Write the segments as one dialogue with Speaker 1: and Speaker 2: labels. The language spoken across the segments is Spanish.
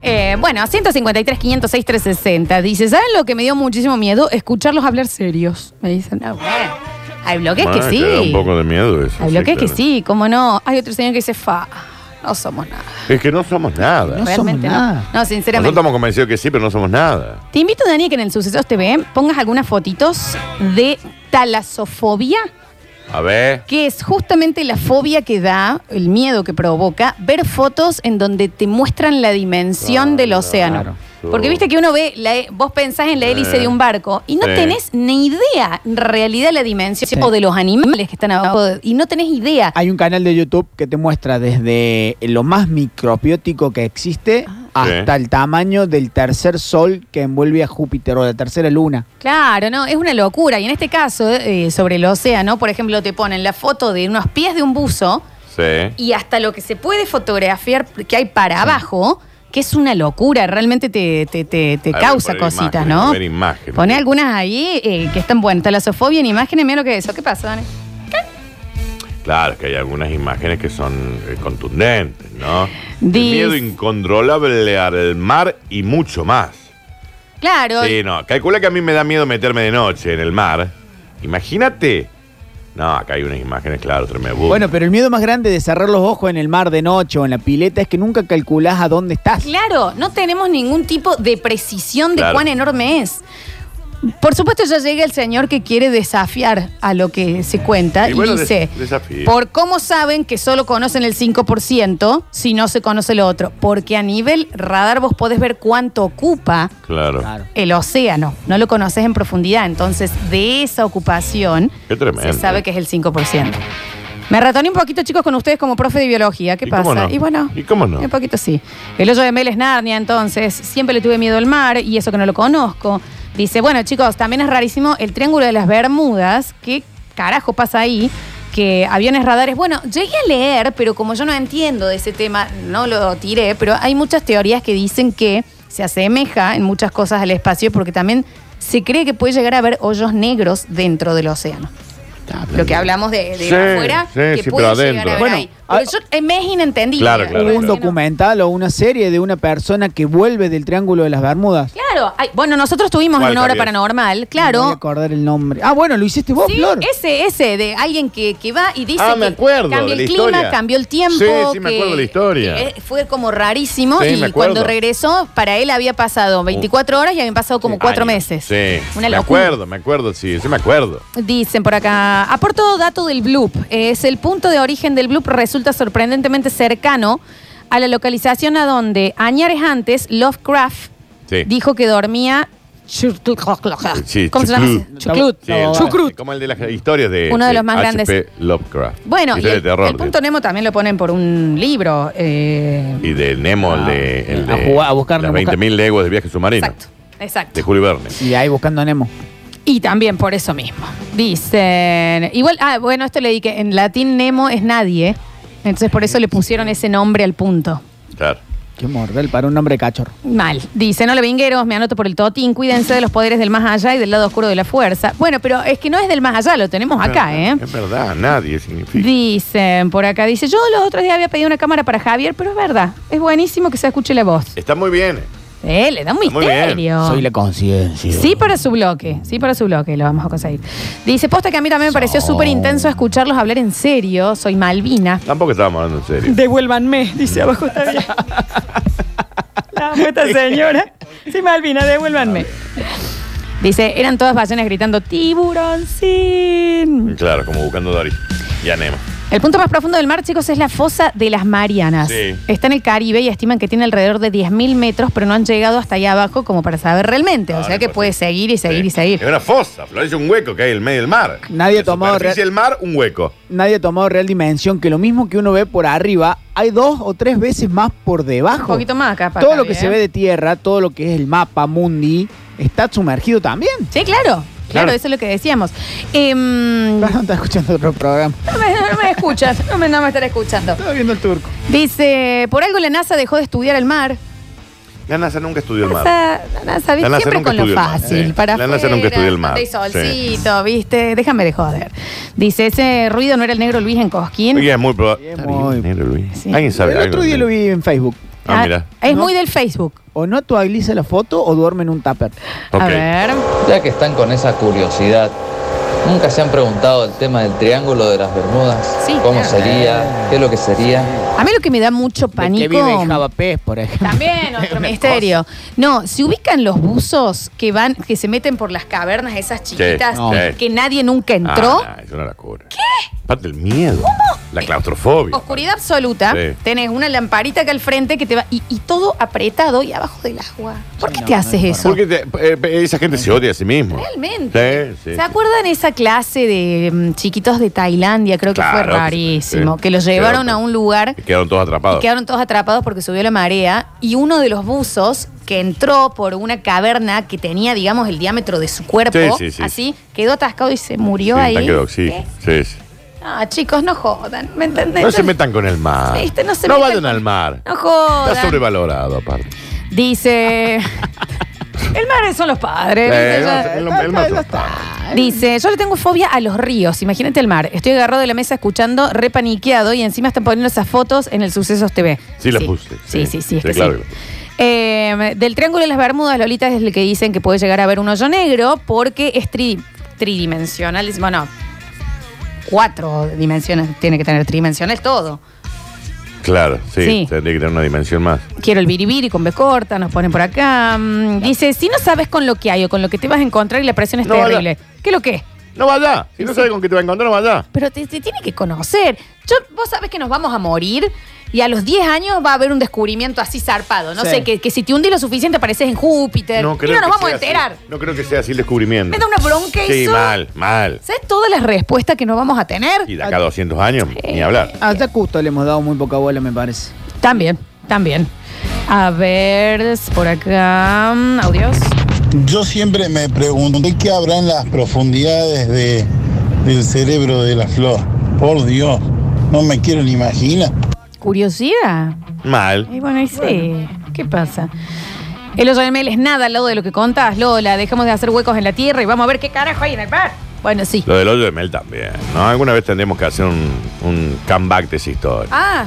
Speaker 1: Eh, bueno, 153, 506, 360. Dice, ¿saben lo que me dio muchísimo miedo? Escucharlos hablar serios. Me dicen, ah, bueno. Hay bloques
Speaker 2: Bueno,
Speaker 1: que sí.
Speaker 2: te da un poco de miedo eso.
Speaker 1: Hay bloques que
Speaker 2: claro.
Speaker 1: sí, cómo no. Hay otro señor que dice, fa, no somos nada.
Speaker 2: Es que no somos nada.
Speaker 3: No somos
Speaker 1: Realmente no.
Speaker 3: nada.
Speaker 1: No,
Speaker 2: Nosotros
Speaker 1: sinceramente.
Speaker 2: estamos convencidos que sí, pero no somos nada.
Speaker 1: Te invito, Dani, que en el Sucesos TV pongas algunas fotitos de talasofobia,
Speaker 2: A ver.
Speaker 1: que es justamente la fobia que da, el miedo que provoca, ver fotos en donde te muestran la dimensión
Speaker 2: Ah, Claro,
Speaker 1: del océano.
Speaker 3: claro.
Speaker 1: Porque viste que uno ve, la he- vos pensás en la hélice
Speaker 2: Sí.
Speaker 1: de un barco y no
Speaker 2: Eh, Sí.
Speaker 1: tenés ni idea en realidad la dimensión
Speaker 3: Sí.
Speaker 1: o de los animales que están abajo de- y no tenés idea.
Speaker 3: Hay un canal de YouTube que te muestra desde lo más microbiótico que existe
Speaker 1: Ah.
Speaker 3: hasta el tamaño del tercer sol que envuelve a Júpiter o la tercera luna.
Speaker 1: Claro, no, es una locura. Y en este caso, eh, sobre el océano, por ejemplo, te ponen la foto de unos pies de un buzo
Speaker 2: Sí.
Speaker 1: y hasta lo que se puede fotografiar que hay para abajo, que es una locura, realmente te, te- te- te
Speaker 2: A ver,
Speaker 1: causa
Speaker 2: poner
Speaker 1: cositas,
Speaker 2: imágenes,
Speaker 1: ¿no?
Speaker 2: ver imágenes.
Speaker 1: Pone algunas ahí eh, que están buenas. Talasofobia en imágenes, mira lo que es eso. ¿Qué pasa, Dani?
Speaker 2: Claro, que hay algunas imágenes que son eh, contundentes, ¿no? El
Speaker 1: Dice-
Speaker 2: miedo incontrolable al mar y mucho más.
Speaker 1: Claro,
Speaker 2: Sí, no. Calcula que a mí me da miedo meterme de noche en el mar. Imagínate. No, acá hay unas imágenes, claro, tremendo.
Speaker 3: Bueno, pero el miedo más grande de cerrar los ojos en el mar de noche o en la pileta es que nunca calculás a dónde estás.
Speaker 1: claro, no tenemos ningún tipo de precisión de
Speaker 2: Claro.
Speaker 1: cuán enorme es. Por supuesto, ya llega el señor que quiere desafiar a lo que se cuenta
Speaker 2: Y
Speaker 1: y,
Speaker 2: bueno, des-
Speaker 1: dice:
Speaker 2: desafíe.
Speaker 1: Por cómo saben que solo conocen el 5% si no se conoce lo otro. Porque a nivel radar vos podés ver cuánto ocupa
Speaker 2: Claro.
Speaker 3: Claro.
Speaker 1: el océano, no lo conoces en profundidad, entonces de esa ocupación
Speaker 2: Qué tremendo.
Speaker 1: se sabe que es el 5%. Me ratoné un poquito, chicos, con ustedes como profe de biología. ¿Qué
Speaker 2: ¿Y
Speaker 1: pasa?
Speaker 2: cómo no?
Speaker 1: Y bueno,
Speaker 2: ¿Y cómo no?
Speaker 1: un poquito sí. El hoyo de Mel es Narnia, entonces. Siempre le tuve miedo al mar y eso que no lo conozco. Dice, bueno, chicos, también es rarísimo el Triángulo de las Bermudas. ¿Qué carajo pasa ahí? Que aviones radares. Bueno, llegué a leer, pero como yo no entiendo de ese tema, no lo tiré, pero hay muchas teorías que dicen que se asemeja en muchas cosas al espacio porque también se cree que puede llegar a haber hoyos negros dentro del océano. Lo que hablamos de, de
Speaker 2: Sí,
Speaker 1: afuera,
Speaker 2: sí,
Speaker 1: que
Speaker 2: sí,
Speaker 1: puede
Speaker 2: pero
Speaker 1: llegar a
Speaker 2: adentro.
Speaker 1: haber
Speaker 3: Bueno,
Speaker 1: ahí. Pero
Speaker 3: ah,
Speaker 1: yo, eh, me es inentendible.
Speaker 2: Claro, claro,
Speaker 3: Hubo un
Speaker 2: claro.
Speaker 3: documental o una serie de una persona que vuelve del Triángulo de las Bermudas.
Speaker 1: Claro, ay, bueno, nosotros tuvimos en
Speaker 2: ¿Cuál,
Speaker 1: una hora
Speaker 2: Javier?
Speaker 1: paranormal,
Speaker 3: No voy a
Speaker 1: claro.
Speaker 3: acordar el nombre. Ah, bueno, lo hiciste vos,
Speaker 1: Sí,
Speaker 3: Flor.
Speaker 1: ese, ese, de alguien que, que va y dice
Speaker 2: Ah, me
Speaker 1: que
Speaker 2: acuerdo
Speaker 1: cambió
Speaker 2: de
Speaker 1: el
Speaker 2: la
Speaker 1: clima,
Speaker 2: historia.
Speaker 1: cambió el tiempo.
Speaker 2: Sí, sí, me
Speaker 1: que-
Speaker 2: acuerdo de la historia.
Speaker 1: que, eh, fue como rarísimo
Speaker 2: Sí, me
Speaker 1: y
Speaker 2: acuerdo.
Speaker 1: cuando regresó, para él había pasado 24 horas y habían pasado como cuatro
Speaker 2: Años.
Speaker 1: meses.
Speaker 2: Sí.
Speaker 1: Una
Speaker 2: me
Speaker 1: locura.
Speaker 2: acuerdo, me acuerdo, sí, sí me acuerdo.
Speaker 1: Dicen por acá, aporto dato del bloop. Es el punto de origen del bloop resulta sorprendentemente cercano a la localización a donde añares antes Lovecraft
Speaker 2: Sí.
Speaker 1: dijo que dormía
Speaker 2: Sí,
Speaker 1: ¿Cómo se llama?
Speaker 2: Chuclut.
Speaker 1: Chuclut.
Speaker 2: Sí, el-
Speaker 3: Chucrut.
Speaker 2: Como el de las historias de
Speaker 1: Uno de los más
Speaker 2: H.P.
Speaker 1: grandes.
Speaker 2: Lovecraft.
Speaker 1: Bueno, y
Speaker 2: Historia
Speaker 1: el,
Speaker 2: de terror.
Speaker 1: el punto Nemo también lo ponen por un libro. eh,
Speaker 2: Y de Nemo, el de. el
Speaker 3: A
Speaker 2: de
Speaker 3: jugar, a buscar,
Speaker 2: Las
Speaker 3: a buscar.
Speaker 2: 20.000 leguas de viaje submarino.
Speaker 1: exacto, exacto.
Speaker 2: De Julio Verne.
Speaker 3: Y ahí buscando a Nemo.
Speaker 1: Y también por eso mismo. Dicen, igual, ah, bueno, esto le di que en latín Nemo es nadie. Entonces por eso le pusieron ese nombre al punto.
Speaker 2: Claro.
Speaker 3: Qué mordel para un hombre cachorro.
Speaker 1: Mal. Dice, no le vingueros, me anoto por el totín, cuídense de los poderes del más allá y del lado oscuro de la fuerza. Bueno, pero es que no es del más allá, lo tenemos acá, ¿eh?
Speaker 2: Es verdad, nadie significa.
Speaker 1: Dicen por acá, dice, yo los otros días había pedido una cámara para Javier, pero es verdad, es buenísimo que se escuche la voz.
Speaker 2: Está muy bien.
Speaker 1: Eh, le da un
Speaker 2: Muy bien.
Speaker 1: misterio.
Speaker 3: Soy la conciencia.
Speaker 1: Sí para su bloque, sí para su bloque, lo vamos a conseguir. Dice, posta que a mí también me pareció
Speaker 3: Son.
Speaker 1: súper intenso escucharlos hablar en serio, soy Malvina.
Speaker 2: Tampoco estábamos hablando en serio.
Speaker 1: Devuélvanme, dice abajo está bien. La amo esta señora. Sí, Malvina, devuélvanme. Dice, eran todas ballenas gritando tiburoncín.
Speaker 2: Claro, como buscando Dory. Y a Nemo.
Speaker 1: El punto más profundo del mar, chicos, es la fosa de las Marianas.
Speaker 2: Sí.
Speaker 1: Está en el Caribe y estiman que tiene alrededor de 10.000 metros, pero no han llegado hasta allá abajo como para saber realmente. O
Speaker 2: Ah,
Speaker 1: sea que
Speaker 2: pues
Speaker 1: puede
Speaker 2: sí.
Speaker 1: seguir y seguir
Speaker 2: Sí.
Speaker 1: y seguir.
Speaker 2: Es una fosa, florece un hueco que hay en el medio del mar.
Speaker 3: Nadie ha tomado
Speaker 2: Si
Speaker 3: re-
Speaker 2: el mar, un hueco.
Speaker 3: Nadie ha tomado real dimensión que lo mismo que uno ve por arriba, hay dos o tres veces más por debajo.
Speaker 1: Un poquito más capaz.
Speaker 3: todo lo
Speaker 1: Javi,
Speaker 3: que
Speaker 1: ¿eh?
Speaker 3: se ve de tierra, todo lo que es el mapa mundi, está sumergido también.
Speaker 1: Sí, claro. Claro,
Speaker 2: Claro.
Speaker 1: eso es lo que decíamos. Em,
Speaker 3: Claro, no está escuchando otro programa.
Speaker 1: No me, no me escuchas, no me, no me estará escuchando.
Speaker 3: Estaba viendo el turco.
Speaker 1: Dice, por algo la NASA dejó de estudiar el mar.
Speaker 2: La NASA nunca estudió el mar.
Speaker 1: NASA, la NASA, ¿viste?
Speaker 2: La NASA
Speaker 1: siempre
Speaker 2: nunca
Speaker 1: con lo
Speaker 2: estudió el mar,
Speaker 1: fácil.
Speaker 2: sí.
Speaker 1: Para
Speaker 2: La NASA
Speaker 1: afuera,
Speaker 2: nunca estudió el mar,
Speaker 1: donde hay
Speaker 2: sí.
Speaker 1: solcito, ¿viste? Déjame de joder. Dice, ese ruido no era el negro Luis en Cosquín.
Speaker 2: Oye, es muy probable.
Speaker 3: Bien, muy-
Speaker 1: Sí.
Speaker 2: ¿Alguien sabe
Speaker 3: el
Speaker 2: algo
Speaker 3: otro
Speaker 2: de
Speaker 3: día
Speaker 2: Nemo?
Speaker 3: lo vi en Facebook.
Speaker 2: Ah,
Speaker 1: Ah,
Speaker 2: mira.
Speaker 1: Es
Speaker 3: No.
Speaker 1: muy del Facebook.
Speaker 3: O no actualiza la foto o duerme en un tupper.
Speaker 2: Ok.
Speaker 1: A ver.
Speaker 4: Ya que están con esa curiosidad, ¿nunca se han preguntado el tema del triángulo de las Bermudas?
Speaker 1: Sí,
Speaker 4: ¿Cómo
Speaker 1: claro.
Speaker 4: sería? ¿Qué es lo que sería?
Speaker 1: A mí lo que me da mucho pánico.
Speaker 3: Que vive en Javapés, por ejemplo.
Speaker 1: También otro misterio. No, se ubican los buzos que van, que se meten por las cavernas esas chiquitas
Speaker 3: No.
Speaker 2: sí.
Speaker 1: que nadie nunca entró.
Speaker 2: Ah, es una locura. ¿Qué? Aparte el miedo. La claustrofobia.
Speaker 1: Oscuridad absoluta.
Speaker 2: Sí.
Speaker 1: Tenés una lamparita que al frente que te va. Y, y todo apretado y abajo del agua. ¿Por
Speaker 3: Sí,
Speaker 1: qué
Speaker 3: no,
Speaker 1: te
Speaker 3: no
Speaker 1: haces
Speaker 3: hay
Speaker 1: eso?
Speaker 2: Porque te- eh, esa gente se odia a sí mismo.
Speaker 1: Realmente.
Speaker 2: Sí, sí.
Speaker 1: ¿Se acuerdan esa clase de mm, chiquitos de Tailandia? Creo que
Speaker 2: Claro que
Speaker 1: fue
Speaker 2: sí,
Speaker 1: rarísimo.
Speaker 2: sí.
Speaker 1: Que los llevaron
Speaker 2: Quedaron-
Speaker 1: a un lugar
Speaker 2: Y Quedaron todos atrapados.
Speaker 1: Y quedaron todos atrapados porque subió la marea. Y uno de los buzos que entró por una caverna que tenía, digamos, el diámetro de su cuerpo,
Speaker 2: Sí, sí, sí.
Speaker 1: así, quedó atascado y se murió
Speaker 2: Sí,
Speaker 1: ahí.
Speaker 2: tanque de oxígeno. Sí, sí.
Speaker 1: Ah, chicos, no jodan, ¿me entendés?
Speaker 2: No se metan con el mar.
Speaker 1: Viste, este no se
Speaker 2: no
Speaker 1: metan
Speaker 2: vayan
Speaker 1: con-
Speaker 2: al mar.
Speaker 1: No jodan.
Speaker 2: Está sobrevalorado, aparte.
Speaker 1: Dice. el mar son los padres.
Speaker 2: Eh,
Speaker 1: ¿viste?
Speaker 2: no,
Speaker 1: Ya-
Speaker 2: el, el mar no está.
Speaker 1: Dice, yo le tengo fobia a los ríos, imagínate el mar. Estoy agarrado de la mesa escuchando, repaniqueado, y encima están poniendo esas fotos en el Sucesos TV.
Speaker 2: Sí, las puse,
Speaker 1: Sí, sí,
Speaker 2: sí.
Speaker 1: sí, es
Speaker 2: Sí,
Speaker 1: que
Speaker 2: claro
Speaker 1: sí.
Speaker 2: que las puse.
Speaker 1: Eh, del Triángulo de las Bermudas, Lolita es el que dicen que puede llegar a ver un hoyo negro porque es tri- tridimensional. Es- Bueno, cuatro dimensiones tiene que tener tridimensional todo.
Speaker 2: Claro, sí.
Speaker 1: Sí.
Speaker 2: Tendría que tener una dimensión más.
Speaker 1: Quiero el biribiri con B corta, nos ponen por acá. Mm, Dice, si no sabes con lo que hay o con lo que te vas a encontrar y la presión es
Speaker 2: No,
Speaker 1: terrible. ¿Qué lo que es?
Speaker 2: No vaya. Si no sabes con qué te va a encontrar, no vaya.
Speaker 1: Pero te, te tiene que conocer. Yo, vos sabés que nos vamos a morir y a los 10 años va a haber un descubrimiento así zarpado. No
Speaker 3: Sí.
Speaker 1: sé, que, que si te hundís lo suficiente apareces en Júpiter. y no nos
Speaker 2: que
Speaker 1: vamos a
Speaker 2: sea
Speaker 1: enterar.
Speaker 2: así. No creo que sea así el descubrimiento.
Speaker 1: Me da una bronca
Speaker 2: Sí,
Speaker 1: eso.
Speaker 2: mal, mal.
Speaker 1: ¿Sabes todas las respuestas que nos vamos a tener?
Speaker 2: Y de acá a 200 años, ni hablar.
Speaker 3: A Yacusto Ah, le hemos dado muy poca bola, me parece.
Speaker 1: También, también. A ver, por acá. mm, Audios.
Speaker 5: Yo siempre me pregunté qué habrá en las profundidades de- del cerebro de la flor. Por Dios, no me quiero ni imaginar.
Speaker 1: Curiosidad.
Speaker 2: Mal.
Speaker 1: Y bueno, y sí. ¿Qué pasa? El hoyo de Mel es nada al lado de lo que contás, Lola. Dejamos de hacer huecos en la tierra y vamos a ver qué carajo hay en el mar. Bueno, sí.
Speaker 2: Lo del hoyo de Mel también. ¿no? Alguna vez tendremos que hacer un, un comeback de esa historia.
Speaker 1: Ah.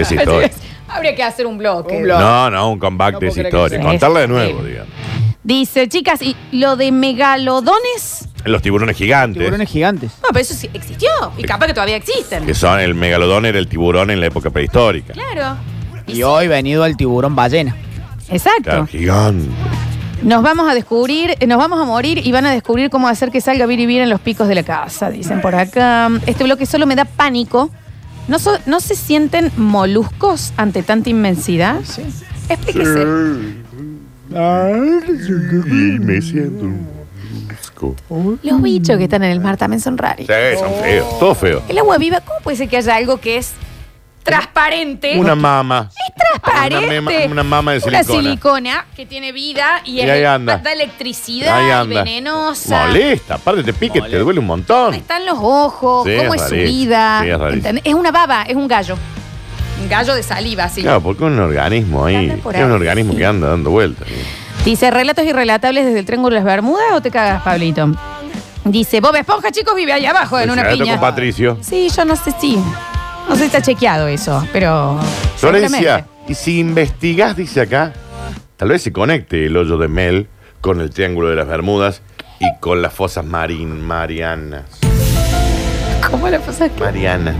Speaker 2: esa historia.
Speaker 1: Habría que hacer un bloque.
Speaker 3: Un bloque.
Speaker 2: No, no, un comeback
Speaker 3: No
Speaker 2: de
Speaker 3: puedo
Speaker 2: esa
Speaker 3: creer que
Speaker 2: historia.
Speaker 1: sea.
Speaker 2: Contarla de
Speaker 1: Sí.
Speaker 2: nuevo, digamos.
Speaker 1: Dice, chicas, ¿y lo de megalodones?
Speaker 2: Los tiburones gigantes.
Speaker 3: Tiburones gigantes.
Speaker 1: No, pero eso sí existió. Y capaz que todavía existen.
Speaker 2: Que son el megalodón era el tiburón en la época prehistórica.
Speaker 1: Claro.
Speaker 3: Y hoy venido al tiburón ballena.
Speaker 1: Exacto.
Speaker 2: Claro, gigante.
Speaker 1: Nos vamos a descubrir, eh, nos vamos a morir y van a descubrir cómo hacer que salga biribir en los picos de la casa, dicen por acá. Este bloque solo me da pánico. ¿No, so- no se sienten moluscos ante tanta inmensidad?
Speaker 3: Sí.
Speaker 1: Explíquese.
Speaker 2: Y me siento un asco.
Speaker 1: Los bichos que están en el mar también son raros.
Speaker 2: Sí, son feos, todo feo.
Speaker 1: El agua viva, ¿cómo puede ser que haya algo que es transparente?
Speaker 2: Una mama.
Speaker 1: transparente.
Speaker 2: Una, mema- una mama de
Speaker 1: Una
Speaker 2: silicona.
Speaker 1: silicona que tiene vida y,
Speaker 2: Y
Speaker 1: es-
Speaker 2: ahí anda.
Speaker 1: da electricidad
Speaker 2: Ahí
Speaker 1: y
Speaker 2: anda.
Speaker 1: venenosa.
Speaker 2: Molesta, aparte te pique, te duele
Speaker 1: ¿Dónde
Speaker 2: un montón.
Speaker 1: están los ojos?
Speaker 2: Sí,
Speaker 1: ¿Cómo
Speaker 2: es
Speaker 1: es su
Speaker 2: rarísimo.
Speaker 1: vida?
Speaker 2: Sí, es rarísimo.
Speaker 1: ¿Entendés? es una baba, es un gallo. Un gallo de saliva, sí.
Speaker 2: Claro, porque es un organismo ahí.
Speaker 1: Anda por
Speaker 2: Es un
Speaker 1: ahí.
Speaker 2: organismo que anda dando vueltas.
Speaker 1: Dice, ¿relatos irrelatables desde el Triángulo de las Bermudas o te cagas, Pablito? Dice, Bob Esponja, chicos, vive allá abajo en
Speaker 2: Se
Speaker 1: una
Speaker 2: trató
Speaker 1: piña.
Speaker 2: con Patricio.
Speaker 1: Sí, yo no sé si. No sé si está chequeado eso, pero.
Speaker 2: Florencia,
Speaker 1: seguramente.
Speaker 2: y si investigás, dice acá, tal vez se conecte el hoyo de Mel con el Triángulo de las Bermudas y con las fosas marin, marianas.
Speaker 1: ¿Cómo la pasas?
Speaker 2: Marianas.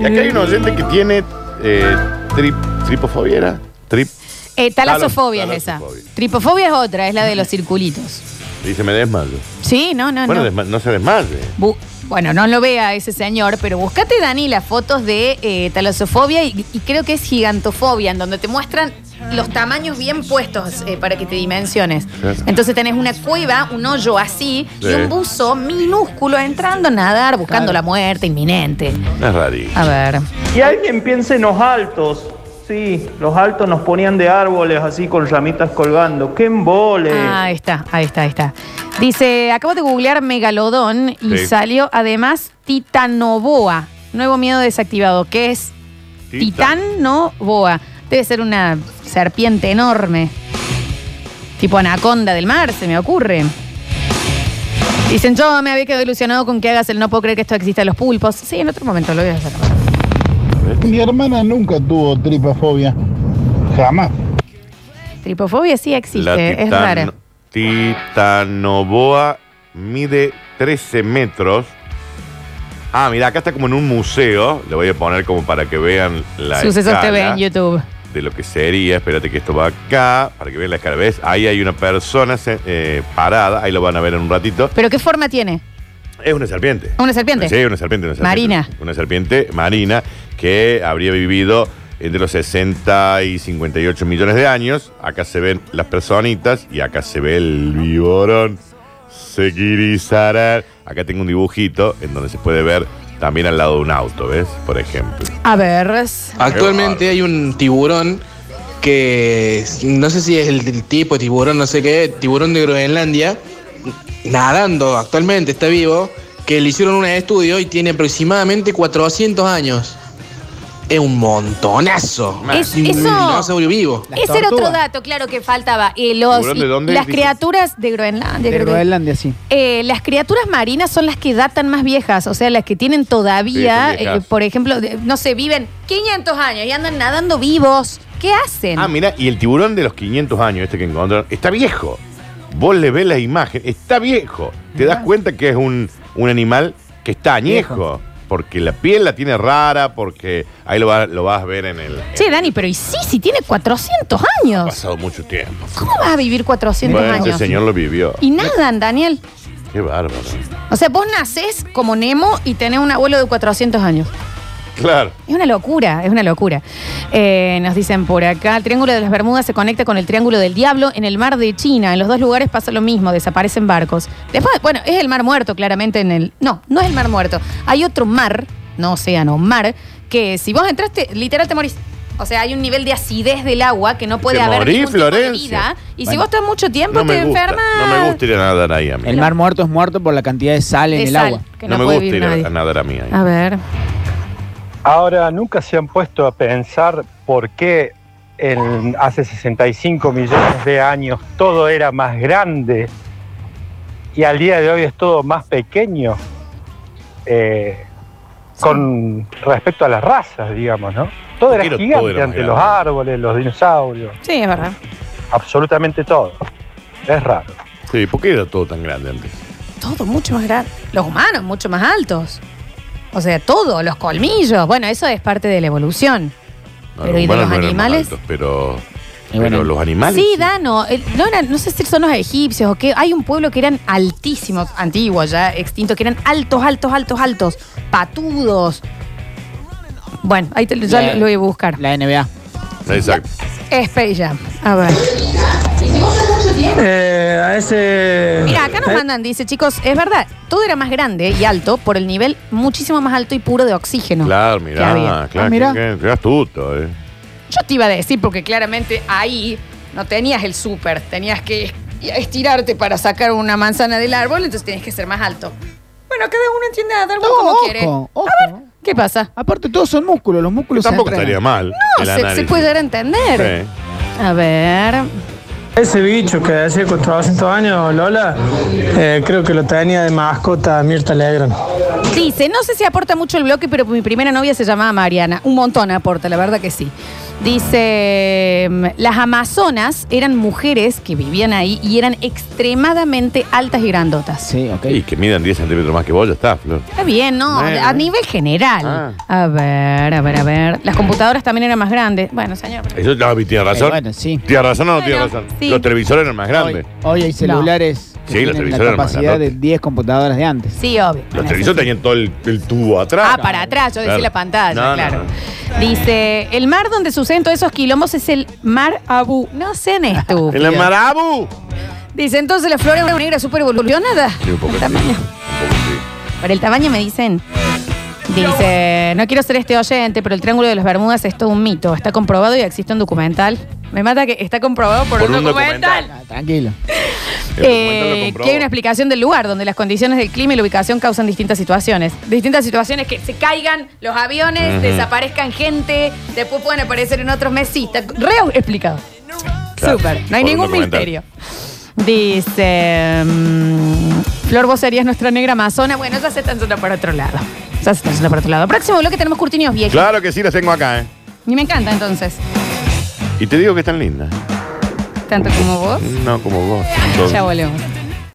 Speaker 2: Y acá hay un oyente que tiene eh, trip- tripofobia, ¿era? Trip,
Speaker 1: Eh, talasofobia
Speaker 2: Talas-
Speaker 1: es esa.
Speaker 2: talasofobia.
Speaker 1: Tripofobia es otra, es la de los circulitos.
Speaker 2: dice, me desmayo.
Speaker 1: Sí, no, Ah, no,
Speaker 2: bueno,
Speaker 1: no.
Speaker 2: desma- no se desmaye.
Speaker 1: Bu- bueno, no lo vea ese señor, pero buscate, Dani, las fotos de eh, talasofobia y, y creo que es gigantofobia, en donde te muestran los tamaños bien puestos eh, para que te dimensiones.
Speaker 2: Claro.
Speaker 1: Entonces tenés una cueva, un hoyo así y
Speaker 2: Sí.
Speaker 1: un buzo minúsculo entrando a nadar, buscando
Speaker 3: Claro.
Speaker 1: la muerte inminente.
Speaker 2: No es rarísimo.
Speaker 1: A ver.
Speaker 6: Y alguien piensa en los altos. Sí, los altos nos ponían de árboles así con ramitas colgando. ¡Qué embole!
Speaker 1: Ah, ahí está, ahí está, ahí está. Dice, acabo de googlear megalodón y
Speaker 2: Sí.
Speaker 1: salió además titanoboa, nuevo miedo desactivado, que es Titán no boa. Debe ser una serpiente enorme. Tipo anaconda del mar, se me ocurre. Dicen, yo me había quedado ilusionado con que hagas el no puedo creer que esto exista en los pulpos. Sí, en otro momento lo voy a hacer.
Speaker 5: Mi hermana nunca tuvo tripafobia. Jamás.
Speaker 1: Tripofobia sí
Speaker 2: La
Speaker 1: existe, es
Speaker 2: titan-
Speaker 1: rara.
Speaker 2: Titanoboa mide 13 metros. Ah, mira, acá está como en un museo. Le voy a poner como para que vean la
Speaker 1: Sucesos TV
Speaker 2: escala
Speaker 1: en YouTube.
Speaker 2: de lo que sería. Espérate que esto va acá, para que vean la escala. ¿Ves? Ahí hay una persona se- eh, parada, ahí lo van a ver en un ratito.
Speaker 1: ¿Pero qué forma tiene?
Speaker 2: Es una serpiente.
Speaker 1: ¿Una serpiente?
Speaker 2: Sí, una serpiente, una serpiente.
Speaker 1: Marina.
Speaker 2: Una serpiente marina que habría vivido entre los 60 y 58 millones de años. Acá se ven las personitas y acá se ve el viborón. Seguirizará. Acá tengo un dibujito en donde se puede ver también al lado de un auto, ¿ves? Por ejemplo.
Speaker 1: A ver, es-
Speaker 7: Actualmente hay un tiburón que es- no sé si es el, el tipo de tiburón, no sé qué, tiburón de Groenlandia, nadando actualmente, está vivo, que le hicieron un estudio y tiene aproximadamente 400 años. Es un montonazo.
Speaker 1: es-
Speaker 7: Y Un
Speaker 1: eso.
Speaker 7: dinosaurio vivo.
Speaker 3: Las
Speaker 1: Ese era otro
Speaker 3: tortugas.
Speaker 1: dato, claro, que faltaba. Eh, los-
Speaker 2: ¿Tiburón de dónde,
Speaker 1: las
Speaker 2: dices?
Speaker 1: criaturas de Groenlandia.
Speaker 3: De
Speaker 1: creo que-
Speaker 3: Groenlandia, sí.
Speaker 1: Eh, las criaturas marinas son las que datan más viejas, o sea, las que tienen todavía,
Speaker 2: Sí, son viejas.
Speaker 1: eh, por ejemplo, de- no sé, viven 500 años y andan nadando vivos. ¿Qué hacen?
Speaker 2: Ah, mira, y el tiburón de los 500 años, este que encontraron, está viejo. Vos le ves la imagen, está viejo. Te das cuenta que es un, un animal que está añejo. Porque la piel la tiene rara, porque ahí lo, va- lo vas a ver en el.
Speaker 1: Che, Dani, pero y sí, si tiene 400
Speaker 2: Ha
Speaker 1: años.
Speaker 2: pasado mucho tiempo.
Speaker 1: ¿Cómo vas a vivir 400
Speaker 2: Bueno,
Speaker 1: años?
Speaker 2: ese señor lo vivió.
Speaker 1: Y nadan, Daniel.
Speaker 2: Qué bárbaro.
Speaker 1: O sea, vos nacés como Nemo y tenés un abuelo de 400 años.
Speaker 2: Claro.
Speaker 1: Es una locura, es una locura. Eh, nos dicen por acá, el Triángulo de las Bermudas se conecta con el Triángulo del Diablo en el mar de China. En los dos lugares pasa lo mismo, desaparecen barcos. Después, bueno, es el mar muerto, claramente en el... No, no es el mar muerto. Hay otro mar, no océano, mar, que si vos entraste, literal te morís. O sea, hay un nivel de acidez del agua que no puede
Speaker 2: Te
Speaker 1: haber
Speaker 2: morí,
Speaker 1: ningún tipo de
Speaker 2: Florencia.
Speaker 1: vida. Y si
Speaker 3: Bueno,
Speaker 1: vos estás mucho tiempo,
Speaker 2: No
Speaker 1: te
Speaker 2: me, gusta,
Speaker 1: enfermas.
Speaker 2: no me gusta ir a nadar ahí a mí.
Speaker 3: El mar muerto es muerto por la cantidad de sal en
Speaker 1: de
Speaker 3: el
Speaker 1: sal,
Speaker 3: agua.
Speaker 1: que
Speaker 2: no, me
Speaker 1: puede
Speaker 2: gusta ir
Speaker 1: vivir
Speaker 2: a, a
Speaker 1: nadie. Ah.
Speaker 2: nadar a mí ahí.
Speaker 1: A ver.
Speaker 8: Ahora, nunca se han puesto a pensar por qué en- hace 65 millones de años todo era más grande y al día de hoy es todo más pequeño eh, con respecto a las razas, digamos, ¿no? Todo era
Speaker 2: Pero todo
Speaker 8: gigante
Speaker 2: era más
Speaker 8: ante los
Speaker 2: grande.
Speaker 8: árboles, los dinosaurios,
Speaker 1: Sí, es verdad.
Speaker 8: absolutamente todo. Es raro.
Speaker 2: Sí, ¿por qué era todo tan grande antes?
Speaker 1: Todo mucho más grande. Los humanos mucho más altos. O sea, todo, los colmillos. Bueno, eso es parte de la evolución.
Speaker 2: No,
Speaker 1: Pero ¿y de
Speaker 2: humanos
Speaker 1: los
Speaker 2: no eran más
Speaker 1: animales?
Speaker 2: altos, pero,
Speaker 3: Y bueno,
Speaker 2: pero los animales.
Speaker 1: Sí, Dano. eh, No, eran- no sé si son los egipcios o qué. Hay un pueblo que eran altísimos, antiguos ya, extintos, que eran altos, altos, altos, altos. Patudos. Bueno, ahí te- ya
Speaker 3: La-
Speaker 1: lo, lo voy a buscar.
Speaker 3: La NBA.
Speaker 2: Exacto.
Speaker 1: Space Jam. A ver.
Speaker 9: a ese.
Speaker 1: Mira, acá nos mandan, dice, chicos, es verdad, todo era más grande y alto por el nivel muchísimo más alto y puro de oxígeno.
Speaker 2: Claro,
Speaker 1: que había.
Speaker 2: mirá, claro,
Speaker 3: Ah, mirá.
Speaker 2: qué- qué astuto, eh.
Speaker 1: Yo te iba a decir, porque claramente ahí no tenías el súper, tenías que estirarte para sacar una manzana del árbol, entonces tenías que ser más alto. Bueno, cada uno entiende a dar
Speaker 3: No,
Speaker 1: como
Speaker 3: ojo,
Speaker 1: quiere.
Speaker 3: ojo.
Speaker 1: ¿Qué pasa?
Speaker 3: Aparte, todos son músculos. Los músculos
Speaker 2: Tampoco
Speaker 3: se
Speaker 2: estaría
Speaker 3: entrenan.
Speaker 2: mal.
Speaker 1: No,
Speaker 2: el
Speaker 1: se, se
Speaker 2: análisis.
Speaker 1: puede dar a entender.
Speaker 2: Sí.
Speaker 1: A ver.
Speaker 9: Ese bicho que hace 400 años, Lola, eh, creo que lo tenía de mascota Mirta Legrand.
Speaker 1: Dice, no sé si aporta mucho el bloque, pero mi primera novia se llamaba Mariana. Un montón aporta, la verdad que sí. Dice, mm, las amazonas eran mujeres que vivían ahí y eran extremadamente altas y grandotas.
Speaker 3: Sí, ok.
Speaker 2: Y que midan 10 centímetros más que vos, ya está, Flor.
Speaker 1: Está bien, ¿no?
Speaker 2: Bueno. Ah.
Speaker 1: A nivel general. A ver, a ver, a ver. Las computadoras también eran más grandes. Bueno, señor. pero-
Speaker 2: Eso no, tiene razón.
Speaker 3: Eh, bueno, sí.
Speaker 2: ¿Tiene razón o no tiene
Speaker 1: Bueno,
Speaker 2: razón?
Speaker 1: sí.
Speaker 2: Los televisores eran más
Speaker 3: Hoy,
Speaker 2: grandes.
Speaker 3: hoy hay celulares
Speaker 2: Sí, los
Speaker 3: tienen la
Speaker 2: televisores más
Speaker 3: capacidad de
Speaker 2: grandotes.
Speaker 3: 10 computadoras de antes.
Speaker 1: Sí, obvio.
Speaker 2: Los
Speaker 1: Bueno, sí,
Speaker 2: televisores
Speaker 1: sí.
Speaker 2: tenían todo el, el tubo atrás.
Speaker 1: Ah, para atrás, yo decía
Speaker 2: Claro.
Speaker 1: la pantalla,
Speaker 2: No, no,
Speaker 1: claro.
Speaker 2: no.
Speaker 1: Dice, el mar donde suceden todos esos quilombos es el mar Abu. No sean estúpidos.
Speaker 2: ¡En la Marabu!
Speaker 1: Dice, entonces la flora negra super evolucionada.
Speaker 2: Sí, un poco
Speaker 1: El
Speaker 2: así. Un
Speaker 1: tamaño.
Speaker 2: poco así.
Speaker 1: Para el tamaño me dicen. Dice, no quiero ser este oyente, pero el Triángulo de las Bermudas es todo un mito. Está comprobado y existe un documental. Me mata que está comprobado por,
Speaker 2: Por
Speaker 1: un,
Speaker 2: un
Speaker 1: documental.
Speaker 2: documental.
Speaker 3: Ah, tranquilo.
Speaker 2: El documental lo
Speaker 1: Eh,
Speaker 2: comprobó.
Speaker 1: que hay una explicación del lugar, donde las condiciones del clima y la ubicación causan distintas situaciones. Distintas situaciones que se caigan los aviones, desaparezcan gente, después pueden aparecer en otros mesitas. Re explicado.
Speaker 2: Claro,
Speaker 1: Súper. No hay
Speaker 2: por un
Speaker 1: ningún
Speaker 2: documental.
Speaker 1: misterio. Dice. mm, Flor, vos serías nuestra negra amazona. Bueno, ya se están yendo para otro lado. Ya se están yendo para otro lado. Próximo bloque tenemos curtinios viejos.
Speaker 2: Claro que sí, las tengo acá, ¿eh?
Speaker 1: Y me encanta entonces.
Speaker 2: Y te digo que están lindas.
Speaker 1: Tanto como vos.
Speaker 2: No como vos. son dos.
Speaker 1: Ya volvemos.